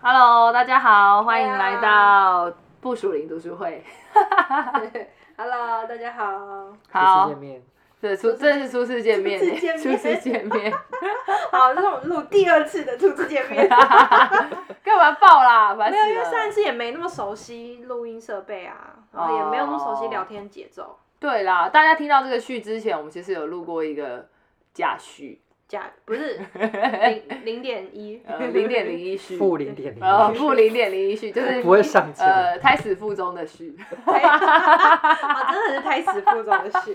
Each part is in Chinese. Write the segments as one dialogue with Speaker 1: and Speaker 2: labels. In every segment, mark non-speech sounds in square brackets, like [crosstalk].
Speaker 1: Hello，大家好，欢迎来
Speaker 2: Hello
Speaker 1: 到部署林读书会。
Speaker 2: Hello，大家好，
Speaker 1: 好
Speaker 3: 初次见，面，
Speaker 1: 对，初这是初次见面
Speaker 2: 初次见
Speaker 1: 欸，
Speaker 2: 面
Speaker 1: 初次见面， [laughs]
Speaker 2: 好，这是我们录第二次的初次见面，
Speaker 1: 啊干嘛爆啦？烦
Speaker 2: 没有，
Speaker 1: 死
Speaker 2: 因为上一
Speaker 1: 了。
Speaker 2: 次也没那么熟悉录音设备啊，然后也没有那么熟悉聊天节奏，
Speaker 1: 对啦，大家听到这个序之前，我们其实有录过一个假序，
Speaker 2: 假
Speaker 1: [laughs]
Speaker 2: 不是零零点一， [laughs]
Speaker 1: 呃，零点零一序，
Speaker 3: 负零点零，
Speaker 1: 呃，负零点零一序，就是
Speaker 3: 不会上墙。
Speaker 1: 呃胎死腹中的序。 [laughs]
Speaker 2: [laughs] 啊，真的是胎死腹中的
Speaker 1: [laughs]
Speaker 2: 事，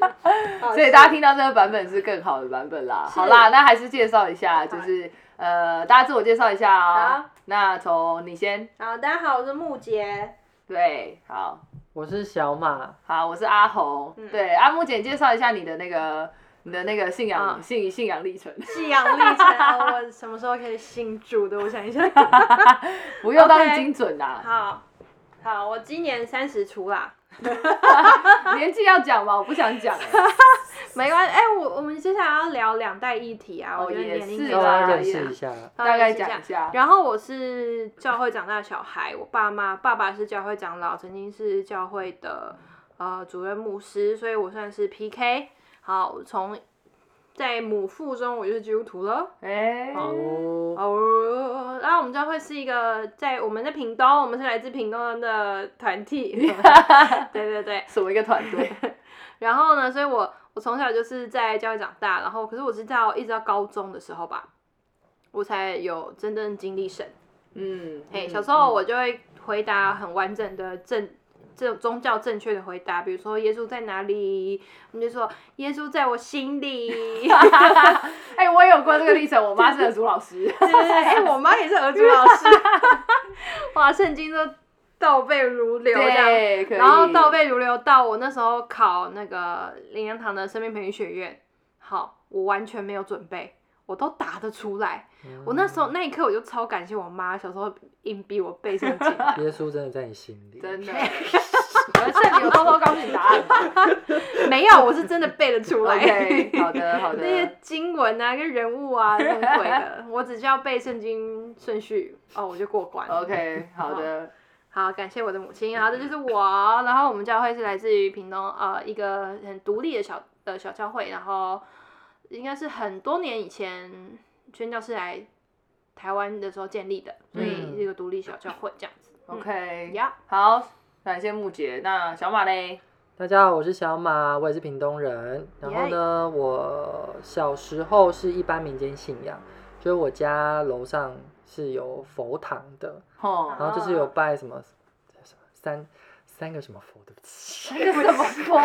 Speaker 2: 所
Speaker 1: 所以大家听到这个版本是更好的版本啦。好啦，那还是介绍一下，就是呃，大家自我介绍一下啊、
Speaker 2: 好
Speaker 1: 那从你先，
Speaker 2: 好，大家好，我是木杰，
Speaker 1: 对，好，
Speaker 3: 我是小马，
Speaker 1: 好，我是阿红。
Speaker 2: 嗯
Speaker 1: 对，阿木姐介绍一下你的那个你的那个信仰、
Speaker 2: 嗯
Speaker 1: 信信仰历程，
Speaker 2: 信仰历程，啊我什么时候可以信主的？我
Speaker 1: [laughs]
Speaker 2: 想一下，
Speaker 1: 不用到
Speaker 2: OK
Speaker 1: 精准啦，
Speaker 2: 好。好，我今年三十出
Speaker 1: [laughs]
Speaker 2: 啦，
Speaker 1: 年纪要讲嘛，我不想讲、欸。
Speaker 2: 没关系。哎、我我们接下来要聊两代议题啊，
Speaker 1: 哦
Speaker 2: 我觉得
Speaker 1: 也
Speaker 2: 年龄
Speaker 1: 是
Speaker 2: 层
Speaker 3: 稍
Speaker 1: 啊
Speaker 3: 微
Speaker 1: 也
Speaker 3: 认识一下。
Speaker 1: 大概讲一下
Speaker 2: 然后我是教会长大的小孩，我爸妈爸爸是教会长老，曾经是教会的呃主任牧师，所以我算是 PK。好，我从在母腹中我就是基督徒了。 [laughs]
Speaker 1: 哎、
Speaker 3: 哦，
Speaker 2: 哦，然后我们教会是一个在我们在屏东，我们是来自屏东的
Speaker 1: [laughs]
Speaker 2: 团体。对对对，
Speaker 1: 什么一个团
Speaker 2: [laughs]
Speaker 1: 队？
Speaker 2: 然后呢，所以我我从小就是在教会长大，然后可是我是到一直到高中的时候吧，我才有真正经历神。
Speaker 1: 嗯，
Speaker 2: [laughs] 嘿，
Speaker 1: 嗯
Speaker 2: 小时候我就会回答很完整的正。这种宗教正确的回答，比如说耶稣在哪里，我们就说耶稣在我心里。
Speaker 1: [laughs] 哎、我也有过这个历程，我妈是个主老师。
Speaker 2: 对对对，哎、我妈也是儿子老
Speaker 1: [laughs]
Speaker 2: 师，哇，圣经都倒背如流这样。
Speaker 1: 对，可以。
Speaker 2: 然后倒背如流到我那时候考那个林良堂的生命培育学院，好，我完全没有准备，我都答得出来。
Speaker 3: 嗯
Speaker 2: 我那时
Speaker 1: 嗯
Speaker 2: 候那一刻我就超感谢我妈，小时候硬逼我背圣经。
Speaker 3: 耶稣真的在你心里，
Speaker 1: 真
Speaker 2: [laughs]
Speaker 1: 的，我在这里有偷偷告诉你答案。
Speaker 2: [laughs] 没有，我是真的背得出来。
Speaker 1: [laughs] OK，好
Speaker 2: [laughs]
Speaker 1: 的好
Speaker 2: 那些
Speaker 1: 的。
Speaker 2: 经文啊，跟人物啊，什么
Speaker 1: [laughs]
Speaker 2: 鬼的，我只需要背圣经顺序，哦，我就过关。
Speaker 1: OK，好
Speaker 2: [laughs]
Speaker 1: 的，
Speaker 2: 好，感谢我的母亲。好，这就是我。然后我们教会是来自于屏东，呃，一个很独立的小的小教会。然后应该是很多年以前宣教士来台湾的时候建立的，所以
Speaker 3: 嗯
Speaker 2: 是一个独立小教会这样子。
Speaker 1: OK，
Speaker 2: 呀、
Speaker 1: 好，感谢木姐。那小马嘞？
Speaker 3: 大家好，我是小马，我也是屏东人。然后呢，我小时候是一般民间信仰，就是我家楼上是有佛堂的，
Speaker 1: 吼，
Speaker 2: [laughs]
Speaker 1: [laughs]
Speaker 3: 然后就是有拜什么三三个什么佛，对不起，
Speaker 1: 那个什么佛？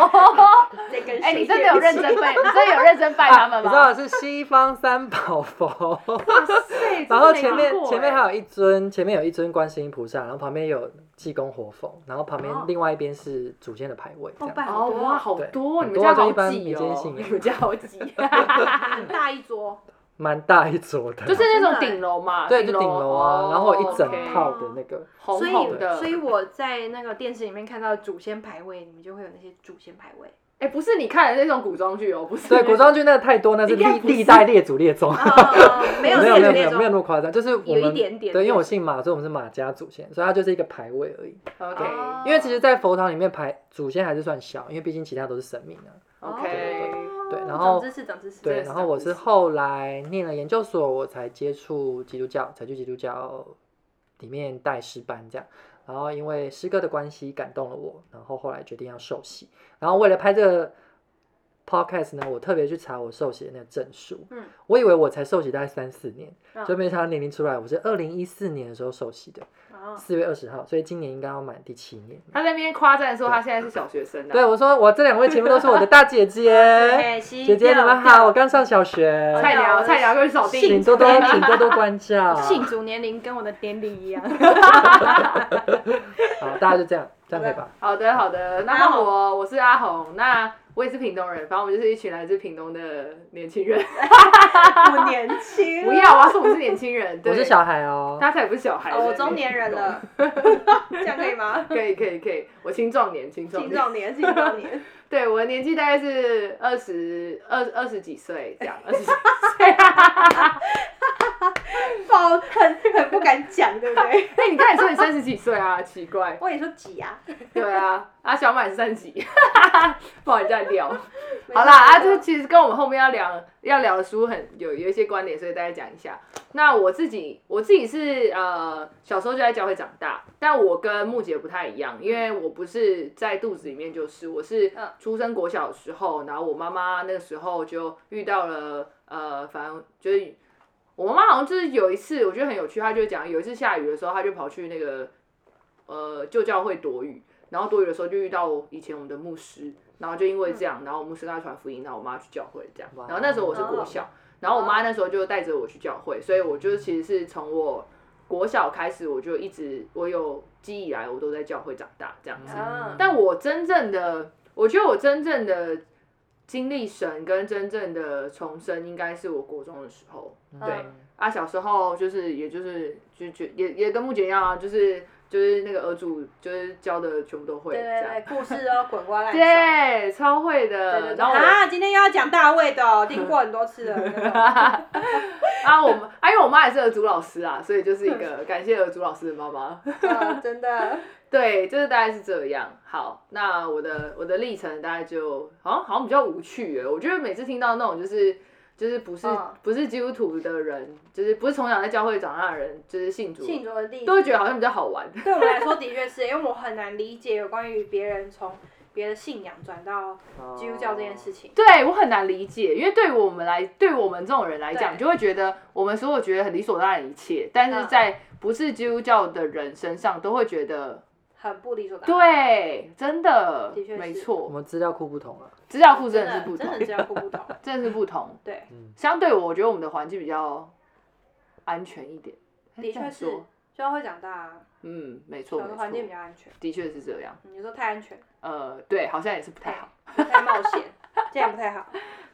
Speaker 1: 哎，你真的有认真
Speaker 2: [laughs]
Speaker 1: 拜？你真的有认真拜他们
Speaker 3: 啊你知道
Speaker 1: 吗？
Speaker 3: 是西方三宝佛。
Speaker 2: 对，
Speaker 3: 然后前面
Speaker 1: 欸
Speaker 3: 前面还
Speaker 2: 哎
Speaker 3: 有一尊，前面有一尊观世音菩萨，然后旁边有济公活佛，然后旁边
Speaker 2: 哦
Speaker 3: 另外一边是祖先的牌位，这
Speaker 2: 哦
Speaker 3: 样。
Speaker 2: 拜
Speaker 1: 哦，哇，好
Speaker 3: 对
Speaker 1: 多！你们
Speaker 3: 很多
Speaker 1: 家
Speaker 3: 就
Speaker 1: 好
Speaker 3: 一般
Speaker 1: 挤
Speaker 3: 民间
Speaker 1: 哦
Speaker 3: 信，
Speaker 1: 你
Speaker 3: 仰
Speaker 1: 们家好
Speaker 3: [laughs]
Speaker 1: 挤，
Speaker 2: 很大一桌，
Speaker 3: 蛮大一桌的，
Speaker 1: 就是那种顶楼嘛，
Speaker 3: 对，就顶楼啊，然后一整
Speaker 1: 哦，OK
Speaker 3: 套的那个，
Speaker 1: 红
Speaker 2: 所以
Speaker 1: 红的。
Speaker 2: 所 [laughs] 以我在那个电视里面看到的祖先牌位，你们就会有那些祖先牌 [laughs] 位。
Speaker 1: 哎，不是你看的那种古装剧哦，不是。
Speaker 3: 对，古装剧那个太多，那是
Speaker 1: 应该
Speaker 3: 历
Speaker 1: 不是
Speaker 3: 历代列祖列宗，
Speaker 2: 哦，没有
Speaker 3: 没有
Speaker 2: 那
Speaker 3: 没
Speaker 2: 个
Speaker 3: 有没有
Speaker 2: 那
Speaker 3: 没有那
Speaker 2: 种。
Speaker 3: 么夸张，就是我
Speaker 2: 有一
Speaker 3: 们
Speaker 2: 点点
Speaker 3: 对，因为
Speaker 2: 那
Speaker 3: 我
Speaker 2: 种
Speaker 3: 姓马，所以我们是马家祖先，所以它就是一个牌位而已。
Speaker 1: OK
Speaker 2: 哦
Speaker 3: 因为其实，在佛堂里面牌祖先还是算小，因为毕竟其他都是神明啊。
Speaker 2: 哦
Speaker 1: OK，
Speaker 3: 对
Speaker 2: 嗯
Speaker 3: 然后
Speaker 2: 长知识，长知识。
Speaker 3: 对，
Speaker 1: 真的是
Speaker 3: 然
Speaker 1: 长
Speaker 3: 后我
Speaker 1: 知
Speaker 3: 是
Speaker 1: 识
Speaker 3: 后来念了研究所，我才接触基督教，才去基督教里面带诗班这样。然后因为诗歌的关系感动了我，然后后来决定要受洗。然后为了拍这个 podcast 呢，我特别去查我受洗的那个证书。
Speaker 2: 嗯，
Speaker 3: 我以为我才受洗大概三四年，
Speaker 2: 嗯
Speaker 3: 就没想到年龄出来，我是二零一四年的时候受洗的，
Speaker 2: 哦
Speaker 3: 四月二十号，所以今年应该要满第七年。
Speaker 1: 他在那边夸赞说他现在是小学生的。啊
Speaker 3: 对，我说我这两位前面都是我的大
Speaker 2: [laughs]
Speaker 3: 姐姐，
Speaker 2: 嘿西
Speaker 3: 哎姐姐你们好，我刚上小学。
Speaker 1: 菜鸟，菜鸟跟扫
Speaker 3: 请
Speaker 1: 地。
Speaker 3: 多多，请多多关照。
Speaker 4: [laughs]
Speaker 2: 信主年龄跟我的年龄一样。
Speaker 3: 好，大家就这样，这样可
Speaker 4: [laughs]
Speaker 3: 以吧？
Speaker 1: 好的，好的。
Speaker 2: 阿
Speaker 1: 那
Speaker 2: 红
Speaker 1: 我我是阿红，那我也是屏东人，反正我们就是一群来自屏东的年轻人。
Speaker 2: [laughs] [laughs] 我年
Speaker 1: [laughs]
Speaker 2: 轻
Speaker 1: 不要，我要说我是年轻人，对
Speaker 3: [laughs] 我是，小孩哦。
Speaker 1: 他才不是小孩。
Speaker 2: 哦，我中年人。 [laughs] 了，这样可以吗？
Speaker 1: [laughs] 可以，可以，可以，我青壮年，青壮
Speaker 2: 青
Speaker 1: 年。
Speaker 2: 壮年，青壮年，
Speaker 1: 对，我的年纪大概 [laughs] 是二十二二十几岁这样，二十几岁。
Speaker 4: 好，很很不敢讲，对不
Speaker 2: [laughs]
Speaker 4: 对？
Speaker 1: 那哎你刚才说你三十几岁啊，奇怪。
Speaker 4: 我也说挤啊，
Speaker 1: 对啊，啊小满三十几， [laughs] 不好意思再聊。
Speaker 4: 没
Speaker 1: 好啦，啊，
Speaker 4: 事
Speaker 1: 这其实跟我们后面要聊要聊的书很有有一些关联，所以大家讲一下。那我自己我自己是呃小时候就在教会长大，但我跟木姐不太一样，因为我不是在肚子里面就是，我是
Speaker 2: 嗯
Speaker 1: 出生国小的时候，然后我妈妈那个时候就遇到了呃，反正就是我妈妈好像就是有一次我觉得很有趣，她就讲有一次下雨的时候，她就跑去那个呃旧教会躲雨，然后多余的时候就遇到以前我们的牧师，然后就因为这样，然后牧师跟他传福音，然后我妈去教会这样。
Speaker 3: 哇
Speaker 1: 然后那时候我是国小，然后我妈那时候就带着我去教会，所以我就其实是从我国小开始，我就一直我有记忆以来，我都在教会长大这样子。
Speaker 3: 嗯
Speaker 2: 啊
Speaker 1: 但我真正的，我觉得我真正的经历神跟真正的重生，应该是我国中的时候。
Speaker 2: 嗯
Speaker 1: 对啊，小时候就是，也就是就就也也跟木姐一样啊，就是就是那个儿主就是教的全部都会，
Speaker 4: 对
Speaker 1: 这
Speaker 4: 对
Speaker 1: 样
Speaker 4: 对，故事都
Speaker 2: 哦
Speaker 4: 滚瓜烂熟。
Speaker 1: 对，超会
Speaker 4: 对对
Speaker 1: 的。
Speaker 4: 对
Speaker 1: 然后我
Speaker 4: 啊，今天又要讲大卫的
Speaker 1: [laughs]
Speaker 4: 哦，听过很多次了。那种
Speaker 1: 啊，我们啊，因为我妈也是儿主老师啊，所以就是一
Speaker 4: [laughs]
Speaker 1: 个感谢儿主老师的妈妈。
Speaker 4: 啊真的，
Speaker 1: 对，就是大概是这样。好，那我的我的历程大概就好像好像比较无趣耶。我觉得每次听到那种就是就是不是、
Speaker 4: 嗯
Speaker 1: 不是基督徒的人，就是不是从小在教会长大的人，就是信主，
Speaker 4: 信主的例子
Speaker 1: 都会觉得好像比较好玩。
Speaker 4: 对我们来说的确是，因为我很难理解有关于别人从别的信仰转到基督教这件
Speaker 1: 哦
Speaker 4: 事情。
Speaker 1: 对我很难理解，因为对于我们来，对于我们这种人来讲，
Speaker 4: 对
Speaker 1: 就会觉得我们所有觉得很理所当然的一切，但是
Speaker 4: 嗯
Speaker 1: 在不是基督教的人身上，都会觉得
Speaker 4: 很不理所当然。
Speaker 1: 对，真的
Speaker 4: 嗯的确，是
Speaker 1: 没
Speaker 3: 我
Speaker 1: 错，
Speaker 3: 们资料库不同啊，
Speaker 1: 资料库真
Speaker 4: 真
Speaker 1: 的是不
Speaker 4: 的
Speaker 1: 同
Speaker 4: 真，的这样不不懂。
Speaker 1: [laughs] 真的是不同。
Speaker 4: 对，
Speaker 1: 相对我，我觉得我们的环境比较安全一点，
Speaker 4: 的
Speaker 1: 这样
Speaker 4: 确是
Speaker 1: 说，
Speaker 4: 学校会长大啊，
Speaker 1: 嗯，没错，
Speaker 4: 小的
Speaker 1: 没
Speaker 4: 环境比
Speaker 1: 错，
Speaker 4: 较安全。嗯
Speaker 1: 的确是这样。
Speaker 4: 你说太安全，
Speaker 1: 呃，对，好像也是不太好。
Speaker 4: 不太冒险，这样不太好。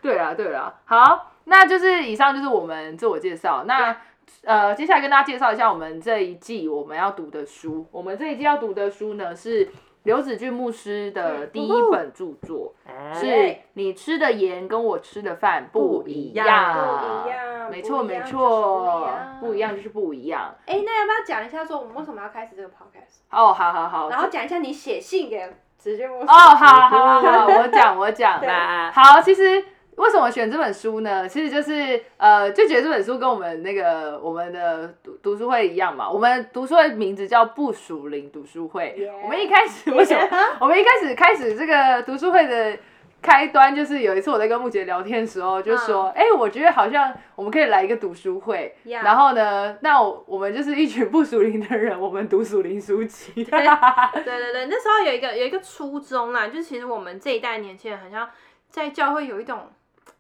Speaker 1: 对啦，对啦，好，那就是以上就是我们自我介绍。那呃，接下来跟大家介绍一下我们这一季我们要读的书。我们这一季要读的书呢是刘子俊牧师的第一本著作，是
Speaker 4: 哎
Speaker 1: 你吃的盐跟我吃的饭不一
Speaker 3: 不一
Speaker 4: 哎不一
Speaker 1: 样。
Speaker 4: 样，
Speaker 1: 啊没错，
Speaker 4: 不一
Speaker 1: 没
Speaker 4: 样
Speaker 1: 错，不一。
Speaker 4: 就是
Speaker 1: 样就是不一样。
Speaker 4: 哎，那要不要讲一下说我们为什么要开始这个 podcast？
Speaker 1: 哦，好好好，
Speaker 4: 然后讲一下你写信给直接我
Speaker 1: 哦，好好
Speaker 4: [laughs]
Speaker 1: 好好，我讲我讲
Speaker 4: 对
Speaker 1: 啦。好，其实为什么选这本书呢？其实就是呃，就觉得这本书跟我们那个我们的读读书会一样嘛。我们读书会名字叫不属灵读书会。
Speaker 4: Yeah
Speaker 1: 我们一开始为什么？
Speaker 4: [laughs]
Speaker 1: 我们一开始开始这个读书会的。开端就是有一次我在跟木姐聊天的时候，就说：“哎、我觉得好像我们可以来一个读书会。
Speaker 4: 嗯 Yeah
Speaker 1: 然后呢，那我我们就是一群不属灵的人，我们读属灵书籍。 [laughs]
Speaker 2: 对对对，那时候有一个有一个初衷啦，就是其实我们这一代年轻人好像在教会有一种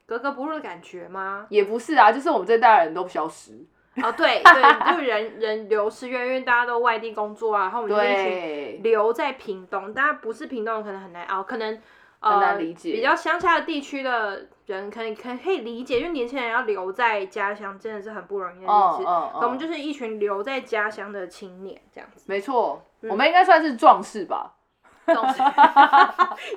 Speaker 2: 格格不入的感觉吗？
Speaker 1: 也不是啊，就是我们这代人都
Speaker 4: [laughs]
Speaker 1: 消失。
Speaker 2: 哦，对对，就人 [laughs] 人流失越来越，因为大家都外地工作啊，然后我们就是一群
Speaker 1: 对，
Speaker 2: 留在屏东，大家不是屏东人可能很难熬，可能。
Speaker 1: 很
Speaker 2: 呃
Speaker 1: 难理解
Speaker 2: 比较乡下的地区的人，可能可能可以理解，因为年轻人要留在家乡真的是很不容易的
Speaker 1: 嗯
Speaker 2: 事情。
Speaker 1: 嗯嗯
Speaker 2: 我们就是一群留在家乡的青年，这样子。
Speaker 1: 没错，我们应该算是壮士吧。
Speaker 2: [laughs]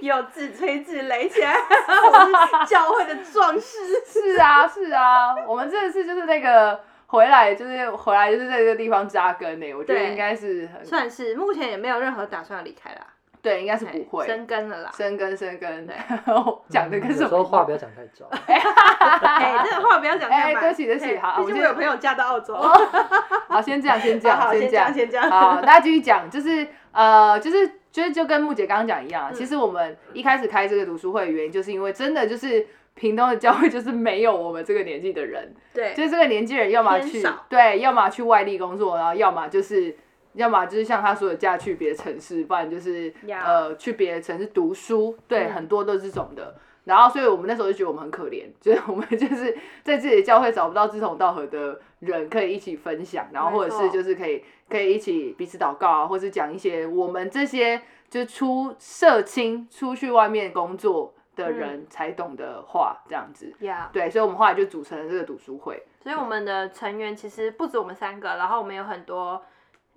Speaker 4: 又自吹自擂起来，我是教会的壮士。
Speaker 1: 是啊，是啊，我们这次就是那个回来，就是回来就是在这个地方扎根欸呢、我觉得
Speaker 2: 对
Speaker 1: 应该是很
Speaker 2: [laughs] 算是目前也没有任何打算要离开啦，哎
Speaker 1: 对，应该是不会。
Speaker 2: 生
Speaker 4: [laughs]
Speaker 2: 根了啦
Speaker 1: 生根生根。 [laughs] 我讲的跟
Speaker 3: 嗯有
Speaker 1: 什
Speaker 3: 时候
Speaker 1: 么？
Speaker 3: 话不要讲太
Speaker 1: [laughs]
Speaker 3: 早。
Speaker 2: 哎，这个话不要讲太
Speaker 1: 哎，
Speaker 2: 满。
Speaker 1: 对不起对不起，好，
Speaker 4: 毕
Speaker 1: 我
Speaker 4: 竟
Speaker 1: 先
Speaker 4: 我有朋友嫁到澳洲。
Speaker 2: 哦
Speaker 4: [laughs]
Speaker 1: 好，先这样，先这
Speaker 4: 好好
Speaker 1: 样，
Speaker 4: 先
Speaker 1: 这样，
Speaker 4: 先这样
Speaker 1: 好，大家继续讲，就是呃，就是就是就跟木姐刚刚讲一样啊，其实我们一开始开这个读书会的原因，就是因为真的就是屏东的教会就是没有我们这个年纪的人，
Speaker 2: 对
Speaker 1: 就是这个年纪人要么
Speaker 2: 偏
Speaker 1: 去
Speaker 2: 少
Speaker 1: 对，要么去外地工作，然后要么就是。要么就是像他说的嫁去别的城市，不然就是
Speaker 2: 呀嗯
Speaker 1: 呃去别的城市读书，对，很多都是这种的。然后，所以我们那时候就觉得我们很可怜，就是我们就是 [laughs] 在自己的教会找不到志同道合的人可以一起分享，然后或者
Speaker 2: 没
Speaker 1: 是
Speaker 2: 错
Speaker 1: 就是可以可以一起彼此祷告啊，或是讲一些我们这些就是出社青出去外面工作的
Speaker 2: 嗯
Speaker 1: 人才懂的话，这样子。
Speaker 2: 呀
Speaker 1: 对，所以我们后来就组成了这个读书会。
Speaker 2: 所以我们的成员其实不止我们三个，然后我们有很多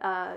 Speaker 2: 呃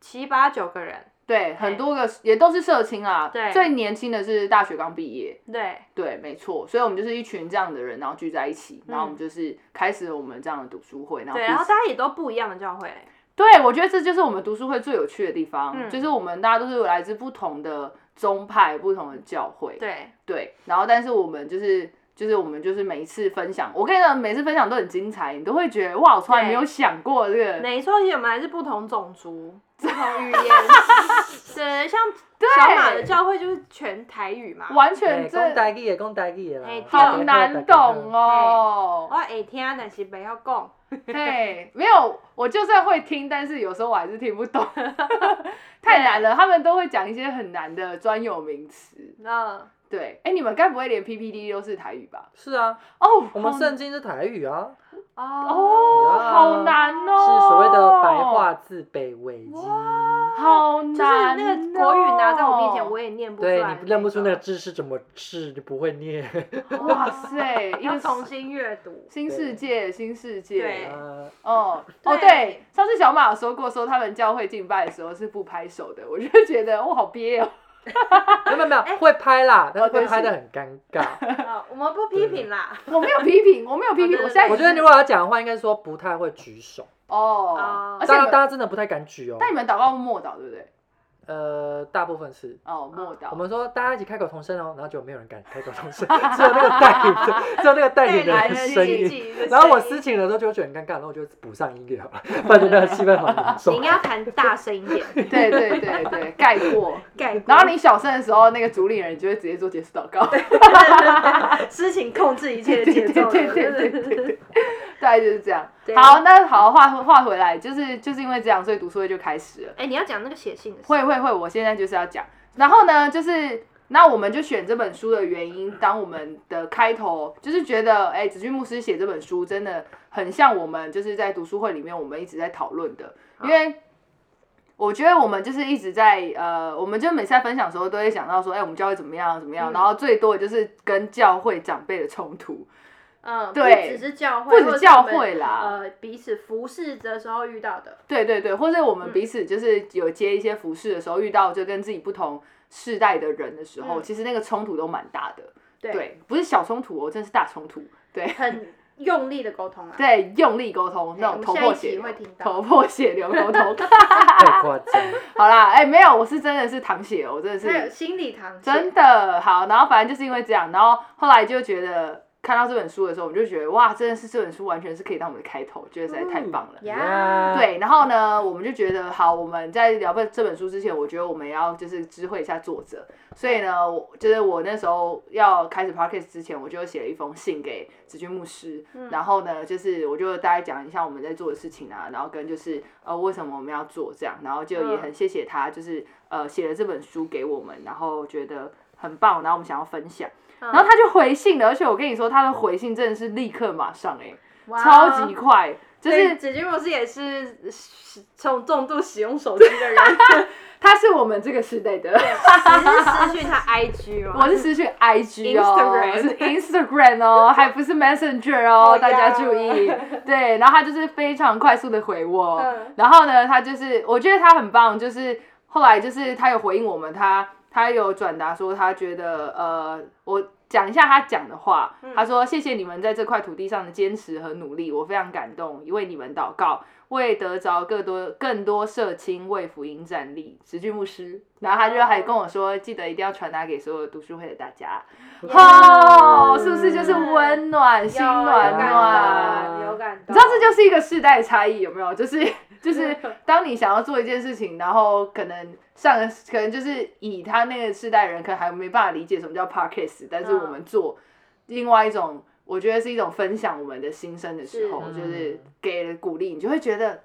Speaker 2: 七八九个人，
Speaker 1: 对，很多个也都是社青啦。
Speaker 2: 对
Speaker 1: 最年轻的是大学刚毕业，
Speaker 2: 对，
Speaker 1: 对，没错。所以我们就是一群这样的人，然后聚在一起，然后我们就是开始了我们这样的读书会，然后
Speaker 2: 嗯对，
Speaker 1: 彼
Speaker 2: 然后
Speaker 1: 此
Speaker 2: 大家也都不一样的教会，
Speaker 1: 对，我觉得这就是我们读书会最有趣的地方，
Speaker 2: 嗯
Speaker 1: 就是我们大家都是来自不同的宗派、不同的教会，
Speaker 2: 对，
Speaker 1: 对然后但是我们就是就是我们就是每一次分享，我跟你讲，每次分享都很精彩，你都会觉得哇，我从来没有
Speaker 2: 对
Speaker 1: 想过这个，
Speaker 2: 没错，而且我们还是不同种族，
Speaker 4: 不同语 [laughs] 言，
Speaker 2: 对，像小马的教会就是全台语嘛，
Speaker 1: 完
Speaker 3: 哎
Speaker 1: 全
Speaker 3: 讲
Speaker 1: 这
Speaker 3: 台语也讲台语的啦
Speaker 2: 哎，
Speaker 1: 好
Speaker 2: 对
Speaker 1: 难懂
Speaker 2: 我
Speaker 1: 哦。
Speaker 2: 会听，但是不要讲， [laughs]
Speaker 1: 嘿，没有，我就算会听，但是有时候我还是听不懂，太难了。他们都会讲一些很难的专有名词。
Speaker 2: 嗯，
Speaker 1: 对，哎，你们该不会连 PPT 都是台语吧？
Speaker 3: 是啊，
Speaker 1: 哦，
Speaker 3: 我们
Speaker 1: 好
Speaker 3: 圣经是台语啊，
Speaker 2: 哦，
Speaker 1: 哦，
Speaker 3: 呀
Speaker 1: 好难哦，
Speaker 3: 是所谓的白话，字北纬基。
Speaker 1: 好难、哦，
Speaker 2: 就是那个国语拿在我面前，我也念不出
Speaker 3: 对
Speaker 2: 来，
Speaker 3: 你认不出那个，字是怎么字，你不会
Speaker 4: [laughs]
Speaker 3: 念。
Speaker 4: 哎
Speaker 3: [laughs]
Speaker 1: 哇
Speaker 2: [laughs]
Speaker 1: 塞，一
Speaker 2: 要
Speaker 1: 个
Speaker 2: 重新阅 [laughs] 读，
Speaker 1: 新世界，新世
Speaker 2: 对
Speaker 1: 界，
Speaker 3: 啊
Speaker 1: 哦
Speaker 2: 对
Speaker 1: 哦，对，上次小马有说过，说他们教会敬拜的时候是不拍手的，我就觉得我好憋哦，
Speaker 3: 没有没有没
Speaker 4: 哎
Speaker 3: 有，会拍啦，但是
Speaker 1: 对
Speaker 3: 会
Speaker 1: 不
Speaker 3: 拍
Speaker 1: 起
Speaker 3: 的很尴
Speaker 4: [laughs]
Speaker 3: 尬。
Speaker 2: 啊，我们不批评啦，
Speaker 1: 我没有批评，我没有批评，
Speaker 2: 哦对
Speaker 1: 我现在
Speaker 3: 我觉得
Speaker 1: 你
Speaker 3: 如果要讲的话，应该说不太会举手，
Speaker 1: 哦
Speaker 2: 哦，
Speaker 1: 而且
Speaker 3: 大
Speaker 1: 你
Speaker 3: 家
Speaker 1: 们
Speaker 3: 大家真的不太敢举哦
Speaker 1: 但。你们祷告是默祷对不对？
Speaker 3: 呃，大部分是。
Speaker 1: 哦，默
Speaker 3: 我
Speaker 1: 祷。
Speaker 3: 们说大家一起开口同声哦，然后就没有人敢开口同声， [laughs] 只有那个带领的，只有那个带领的人的声
Speaker 2: 自
Speaker 3: 音。
Speaker 2: 己的声音
Speaker 3: 然后我私情的时候就会觉得很尴尬，然后我就补上音乐好了，不然就那个气氛好凝
Speaker 2: 你 [laughs]
Speaker 3: 重
Speaker 2: 应。该要弹大声一点，
Speaker 1: 对对对对，概括。
Speaker 2: 盖
Speaker 1: 然后
Speaker 2: [laughs]
Speaker 1: 你小声的时候，那个主理人就会直接做结束祷告。
Speaker 2: 私情控制一切的
Speaker 1: 对
Speaker 2: 节奏了，
Speaker 1: 对对对对对对， [laughs] 大概就是这样。
Speaker 2: 对
Speaker 1: 好，那好话话回来，就是就是因为这样，所以读书会就开始了。
Speaker 2: [laughs] 哎，你要讲那个写信的事，
Speaker 1: 会会会，我现在就是要讲。然后呢，就是那我们就选这本书的原因，当我们的开头就是觉得，哎，子君牧师写这本书真的很像我们就是在读书会里面我们一直在讨论的，因为。我觉得我们就是一直在呃，我们就每次在分享的时候都会想到说，哎、我们教会怎么样怎么样，然后最多的就是跟教会长辈的冲突，
Speaker 2: 嗯，不
Speaker 1: 对
Speaker 2: 只是教会，
Speaker 1: 不止
Speaker 2: 或者是
Speaker 1: 教
Speaker 2: 我们
Speaker 1: 会啦
Speaker 2: 呃，彼此服侍的时候遇到的，
Speaker 1: 对对对，或者我
Speaker 2: 嗯
Speaker 1: 们彼此就是有接一些服饰的时候，遇到就跟自己不同世代的人的时候，
Speaker 2: 嗯
Speaker 1: 其实那个冲突都蛮大的。
Speaker 2: 对
Speaker 1: 不是小冲突哦，真的是大冲突。对
Speaker 2: 很用力的沟通啊，
Speaker 1: 对，用力沟通那
Speaker 2: 我
Speaker 1: 种
Speaker 2: 们
Speaker 1: 头
Speaker 2: 下
Speaker 1: 破
Speaker 2: 一集
Speaker 1: 血流
Speaker 2: 会听，到
Speaker 1: 头破血流沟通。 [laughs]
Speaker 3: 太夸张，
Speaker 1: 好啦，哎、没有，我是真的是淌血哦，我真的
Speaker 2: 还有
Speaker 1: 是
Speaker 2: 心理堂
Speaker 1: 真的好。然后反正就是因为这样，然后后来就觉得看到这本书的时候，我们就觉得哇，真的是这本书完全是可以当我们的开头，觉得实在
Speaker 2: 嗯
Speaker 1: 太棒了。
Speaker 2: 呀，
Speaker 1: 对，然后呢，我们就觉得好，我们在聊这这本书之前，我觉得我们也要就是知会一下作者，所以呢，我就是我那时候要开始 podcast 之前，我就写了一封信给子君牧师，然后呢，就是我就大概讲一下我们在做的事情啊，然后跟就是呃为什么我们要做这样，然后就也很谢谢他，就是呃写了这本书给我们，然后觉得很棒，然后我们想要分享，然后他就回信了，而且我跟你说他的回信真的是立刻马上哎、
Speaker 2: 哇哦
Speaker 1: 超级快。就
Speaker 2: 啊对
Speaker 1: 是
Speaker 2: 子君博士也是使重重度使用手机
Speaker 1: [laughs]
Speaker 2: 的人，
Speaker 1: 他是我们这个时代的，
Speaker 2: 只是失去他 IG 哦。
Speaker 1: 我是失去 IG 哦
Speaker 2: Instagram
Speaker 1: 是 Instagram 哦，还不是 Messenger 哦，
Speaker 4: 哦呀
Speaker 1: 大家注意。对，然后他就是非常快速的回我，
Speaker 4: 嗯
Speaker 1: 然后呢，他就是我觉得他很棒，就是后来就是他有回应我们，他他有转达说他觉得呃，我讲一下他讲的话，他说谢谢你们在这块土地上的坚持和努力，我非常感动，为你们祷告。为得着更多更多社青为福音站立，直句牧师。然后他就还跟我说，记得一定要传达给所有读书会的大家。
Speaker 2: 嗯
Speaker 1: 哦，是不是就是温暖、心暖暖？
Speaker 4: 有感
Speaker 1: 你
Speaker 4: 动，
Speaker 1: 知道这就是一个世代差异，有没有？就是 [laughs] 就是，当你想要做一件事情，然后可能上可能就是以他那个世代人，可能还没办法理解什么叫 podcast，但是
Speaker 2: 嗯
Speaker 1: 我们做另外一种，我觉得是一种分享我们的心声的时候，
Speaker 3: 是
Speaker 1: 就是给了鼓励，你就会觉得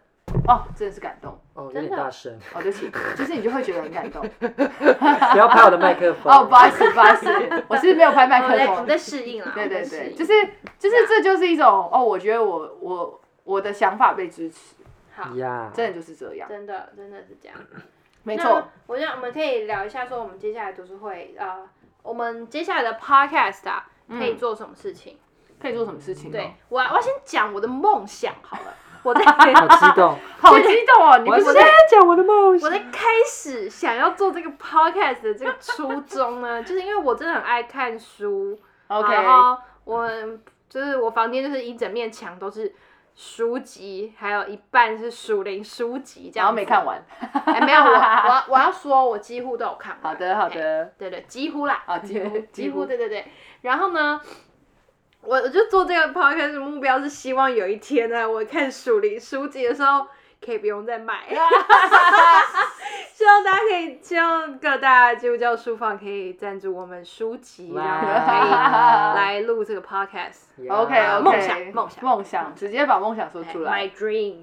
Speaker 1: 哦，真的是感动。
Speaker 3: 哦，有
Speaker 2: 真
Speaker 3: 点
Speaker 2: 的
Speaker 3: 大声，
Speaker 1: 哦，对不起，就是你就会觉得很感动。 [laughs]
Speaker 3: 不要拍我的麦克风。
Speaker 1: 哦，不好意思，不好意思，我是没有拍麦
Speaker 2: 我
Speaker 1: 克
Speaker 2: 们在我
Speaker 1: [laughs] 风
Speaker 2: 们。在适应啦，
Speaker 1: 哦对对
Speaker 2: 我们在适
Speaker 1: 对，
Speaker 2: 应
Speaker 1: 就是就是这就是一种哦，我觉得我我我的想法被支持。
Speaker 2: 好，
Speaker 3: 呀，
Speaker 1: 真的就是这样，
Speaker 2: 真的真的是这样。
Speaker 1: 没
Speaker 2: 那。我想我们可以聊一下，说我们接下来读书会啊、呃我们接下来的 podcast 啊，
Speaker 1: 嗯
Speaker 2: 可以做什么事情？
Speaker 1: 可以做什么事情、哦？
Speaker 2: 对，我我要先讲我的梦想好了。我在
Speaker 3: 好激动。
Speaker 1: [laughs] 好激动哦！你
Speaker 3: 我
Speaker 1: 不
Speaker 3: 要
Speaker 1: 是
Speaker 3: 先讲我我的梦
Speaker 2: 我
Speaker 3: 想
Speaker 2: 在。开始想要做这个 podcast 的这个初衷
Speaker 1: [laughs]
Speaker 2: 呢，就是因为我真的很爱看书
Speaker 1: OK，
Speaker 2: 然后我就是我房间就是一整面墙都是书籍，还有一半是属灵书籍这
Speaker 1: 然
Speaker 2: 样
Speaker 1: 后
Speaker 2: 子。
Speaker 1: 没看完。
Speaker 2: 哎，没
Speaker 1: [laughs]
Speaker 2: 有我，我要我要说，我几乎都有看完。
Speaker 1: 好的，好
Speaker 2: 哎，
Speaker 1: 的，
Speaker 2: 对对，几乎啦，
Speaker 1: 啊
Speaker 2: [laughs]
Speaker 1: 几乎
Speaker 2: 几
Speaker 1: 几
Speaker 2: 乎，
Speaker 1: 乎
Speaker 2: 对对对。然后呢，我我就做这个 podcast 的目标是希望有一天呢，我看属灵书籍的时候，可以不用再
Speaker 1: [laughs]
Speaker 2: 买。希望大家可以，希望各大基督教书房可以赞助我们书籍，然后可以
Speaker 1: 哇
Speaker 2: 来录这个 podcast。
Speaker 1: OK，OK，
Speaker 2: 梦想梦想
Speaker 1: 梦想，直接把梦想说出来。
Speaker 2: 哎 My dream 。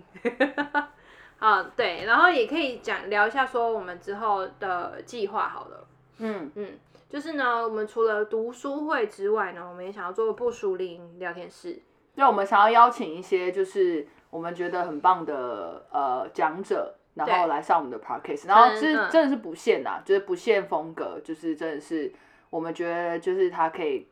Speaker 2: [laughs] 啊，对，然后也可以讲聊一下说我们之后的计划好了。
Speaker 1: 嗯，
Speaker 2: 嗯，就是呢，我们除了读书会之外呢，我们也想要做不熟龄聊天室。
Speaker 1: 就我们想要邀请一些就是我们觉得很棒的呃讲者。然后
Speaker 2: 对
Speaker 1: 来上我们的 podcast，然后
Speaker 2: 嗯
Speaker 1: 是
Speaker 2: 嗯
Speaker 1: 真的是不限呐、就是不限风格，就是真的是我们觉得就是他可以，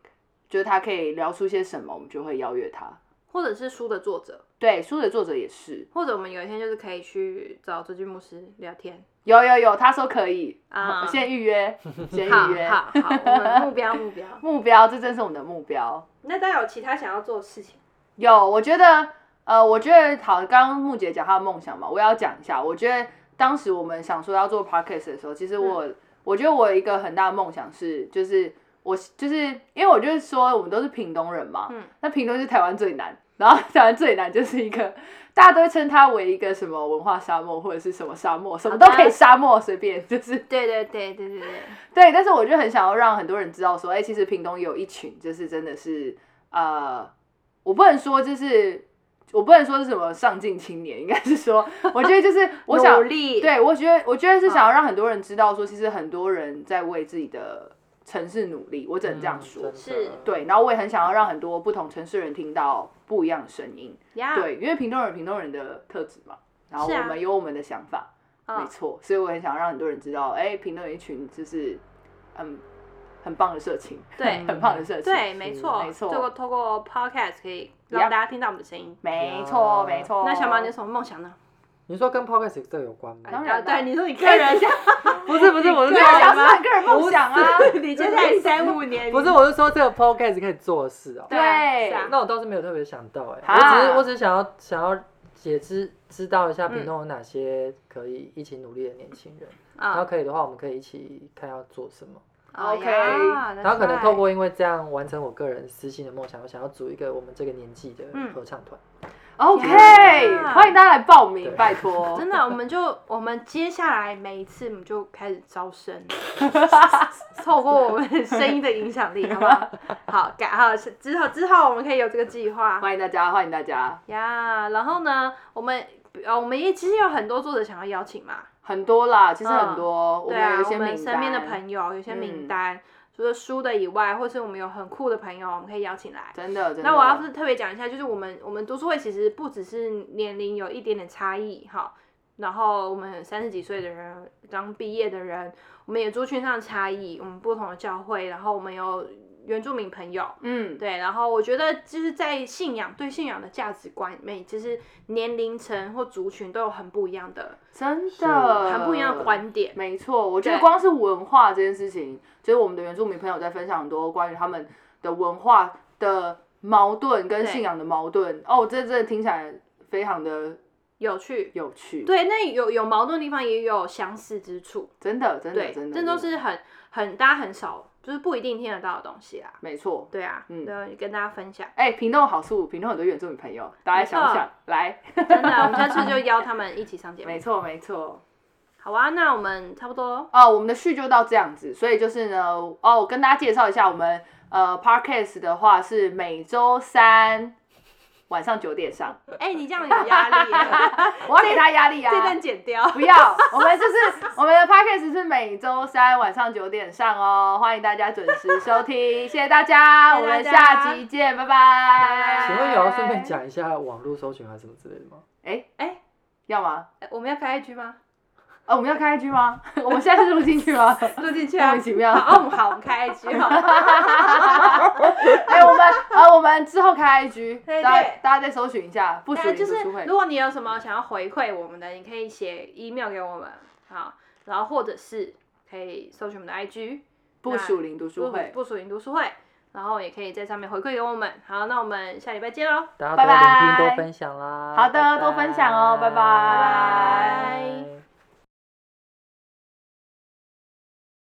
Speaker 1: 就是他可以聊出些什么，我们就会邀约他。
Speaker 2: 或者是书的作者，
Speaker 1: 对，书的作者也是，
Speaker 2: 或者我们有一天就是可以去找周俊牧师聊天。
Speaker 1: 有有有，他说可以，
Speaker 2: 啊
Speaker 1: 我先预
Speaker 2: [laughs]
Speaker 1: 约，先
Speaker 2: 好
Speaker 1: 预约。
Speaker 2: 好好，我们目标目标。
Speaker 1: 目标，这真是我们的目标。
Speaker 4: 那大家有其他想要做的事情？
Speaker 1: 有，我觉得，呃，我觉得好，刚刚木姐讲她的梦想嘛，我也要讲一下。我觉得当时我们想说要做 podcast 的时候，其
Speaker 2: 嗯
Speaker 1: 实我，我觉得我有一个很大的梦想是，就是我就是因为我就是说我们都是屏东人嘛，
Speaker 2: 嗯
Speaker 1: 那屏东是台湾最南，然后台湾最南就是一个大家都会称它为一个什么文化沙漠或者是什么沙漠，什么
Speaker 2: 好的
Speaker 1: 都可以沙漠，随便就是
Speaker 2: 对对对对对对，
Speaker 1: 对，但是我就很想要让很多人知道说，哎、其实屏东有一群，就是真的是呃，我不能说就是我不能说是什么上进青年，应该是说，我觉得就是我想
Speaker 2: 努，
Speaker 1: [laughs]
Speaker 2: 力，嗯
Speaker 1: 对我觉得我觉得是想要让很多人知道说，其实很多人在为自己的城市努力，我只能这
Speaker 2: 嗯
Speaker 1: 样说。
Speaker 2: 是
Speaker 1: 对，然后我也很想要让很多不同城市人听到不一样的声音，
Speaker 2: 呀，
Speaker 1: 对，因为屏东人有屏东人的特质嘛，然后
Speaker 2: 啊是
Speaker 1: 我
Speaker 2: 啊
Speaker 1: 们有我们的想法，没
Speaker 2: 嗯，
Speaker 1: 错，所以我很想让很多人知道，哎、平屏东有一群就是嗯很棒的社情，
Speaker 2: 对
Speaker 1: 很棒的社情，
Speaker 2: 对，没错，
Speaker 1: 没错
Speaker 2: 透过透过 podcast 可以
Speaker 1: Yup
Speaker 2: 让大家听到我们的声音。
Speaker 1: 没错，没错。
Speaker 2: 那小马，你有什么梦想呢？
Speaker 3: 你说跟 podcast 这个有关吗？
Speaker 1: 当
Speaker 2: 啊
Speaker 1: 然啦
Speaker 2: 对，你说你个人，
Speaker 3: 不是不是，我是
Speaker 1: 对啊，小马个人梦想啊，
Speaker 2: [laughs] 你接下来三五年，
Speaker 3: 不是我是说这个 podcast 可以做的事哦。
Speaker 2: 对啊
Speaker 1: 对
Speaker 2: 是啊
Speaker 3: 那我倒是没有特别想到哎、
Speaker 1: 啊
Speaker 3: 我只是我只是想要想要也知知道一下屏东有哪些可以一起努力的年轻人，然后
Speaker 2: 啊
Speaker 3: 可以的话，我们可以一起看要做什么，
Speaker 1: OK
Speaker 3: 然后可能透过因为这样完成我个人私心的梦想，我想要组一个我们这个年纪的
Speaker 2: 嗯
Speaker 3: 合唱团。
Speaker 1: ，OK，
Speaker 2: 天啊
Speaker 1: 欢迎大家来报名，
Speaker 3: 对
Speaker 1: 拜托
Speaker 2: [laughs] 真。的，我们就我们接下来每一次我们就开始招生，透过我们声音的影响力，好不好？好，改好是之后之后我们可以有这个计划
Speaker 1: 欢迎大家，欢迎大家，
Speaker 2: 呀。然后呢，我们呃我们也其实有很多作者想要邀请嘛，
Speaker 1: 很多啦，其实
Speaker 2: 嗯
Speaker 1: 很多，我
Speaker 2: 对
Speaker 1: 们
Speaker 2: 啊
Speaker 1: 有，一
Speaker 2: 我
Speaker 1: 些
Speaker 2: 们
Speaker 1: 名
Speaker 2: 身边的
Speaker 1: 单，
Speaker 2: 朋友有些名
Speaker 1: 嗯
Speaker 2: 单，除了书的以外，或是我们有很酷的朋友，我们可以邀请来。
Speaker 1: 真的，真的。
Speaker 2: 那我要是特别讲一下，就是我们我们读书会其实不只是年龄有一点点差异哈，然后我们三十几岁的人，刚毕业的人，我们也族群上的差异，我们不同的教会，然后我们有原住民朋友，
Speaker 1: 嗯，
Speaker 2: 对，然后我觉得就是在信仰对信仰的价值观里面，其实年龄层或族群都有很不一样的、
Speaker 1: 真
Speaker 3: 是
Speaker 1: 的，
Speaker 2: 很不一样的观点。
Speaker 1: 没错，我觉得
Speaker 2: 对
Speaker 1: 光是文化这件事情，就是我们的原住民朋友在分享很多关于他们的文化的矛盾跟
Speaker 2: 对
Speaker 1: 信仰的矛盾。哦，这真的听起来非常的
Speaker 2: 有趣。
Speaker 1: 有趣，
Speaker 2: 对，那有有矛盾的地方，也有相似之处。
Speaker 1: 真的，真的，
Speaker 2: 对，
Speaker 1: 真的，
Speaker 2: 这都
Speaker 1: 真的
Speaker 2: 是很很大家很少，就是不一定听得到的东西啦。
Speaker 1: 没错。
Speaker 2: 对啊，
Speaker 1: 嗯
Speaker 2: 对，跟大家分享。
Speaker 1: 哎，屏东有好处，屏东很多原住民朋友，大家
Speaker 2: 没错
Speaker 1: 想想，来，
Speaker 2: 真的，我们下次就邀他们一起上节目
Speaker 1: 没。错，没错。
Speaker 2: 好啊，那我们差不多。
Speaker 1: 哦，我们的序就到这样子，所以就是呢，哦，我跟大家介绍一下，我们呃 podcast 的话是每周三晚上九点上，
Speaker 2: 哎、你这样
Speaker 1: [laughs]
Speaker 2: 有压力耶，
Speaker 1: 我要给他压力啊，
Speaker 2: 这段剪
Speaker 1: [laughs]
Speaker 2: 掉。[laughs]
Speaker 1: 不要，我们就是我们的 podcast 是每周三晚上九点上哦，欢迎大家准时收听，谢谢大家，
Speaker 2: 谢谢
Speaker 1: 我
Speaker 2: 大
Speaker 1: 们
Speaker 2: 家
Speaker 1: 下集见，拜拜。
Speaker 2: 拜
Speaker 3: 请问也要顺便讲一下网络搜寻还是什么之类的吗？
Speaker 1: 哎、
Speaker 2: 哎、
Speaker 1: 要吗？ [laughs]
Speaker 2: 我们要开 IG 吗？
Speaker 1: 呃，我们要开 IG 吗？ [laughs] 我们现在是录进去吗？
Speaker 2: [laughs] 录进去
Speaker 1: 莫
Speaker 2: 啊
Speaker 1: 名。其妙。
Speaker 2: 好，我们好，我们开 IG 好。
Speaker 1: 哎，我们啊，我们之后开 IG，
Speaker 2: 对
Speaker 1: 大家
Speaker 2: 对
Speaker 1: 大家再搜寻一下，不属
Speaker 2: 对，
Speaker 1: 于
Speaker 2: 就
Speaker 1: 读
Speaker 2: 是
Speaker 1: 书会。
Speaker 2: 如果你有什么想要回馈我们的，你可以写 email 给我们，好，然后或者是可以搜寻我们的 IG，
Speaker 1: 不属灵读书会，
Speaker 2: 不属于读书会，然后也可以在上面回馈给我们。好，那我们下礼拜见喽。
Speaker 3: 大家
Speaker 1: 拜
Speaker 3: 多聆听、
Speaker 1: 拜
Speaker 3: 多分享啦。
Speaker 1: 好的
Speaker 3: 拜拜
Speaker 1: 多分享哦拜拜
Speaker 2: 拜拜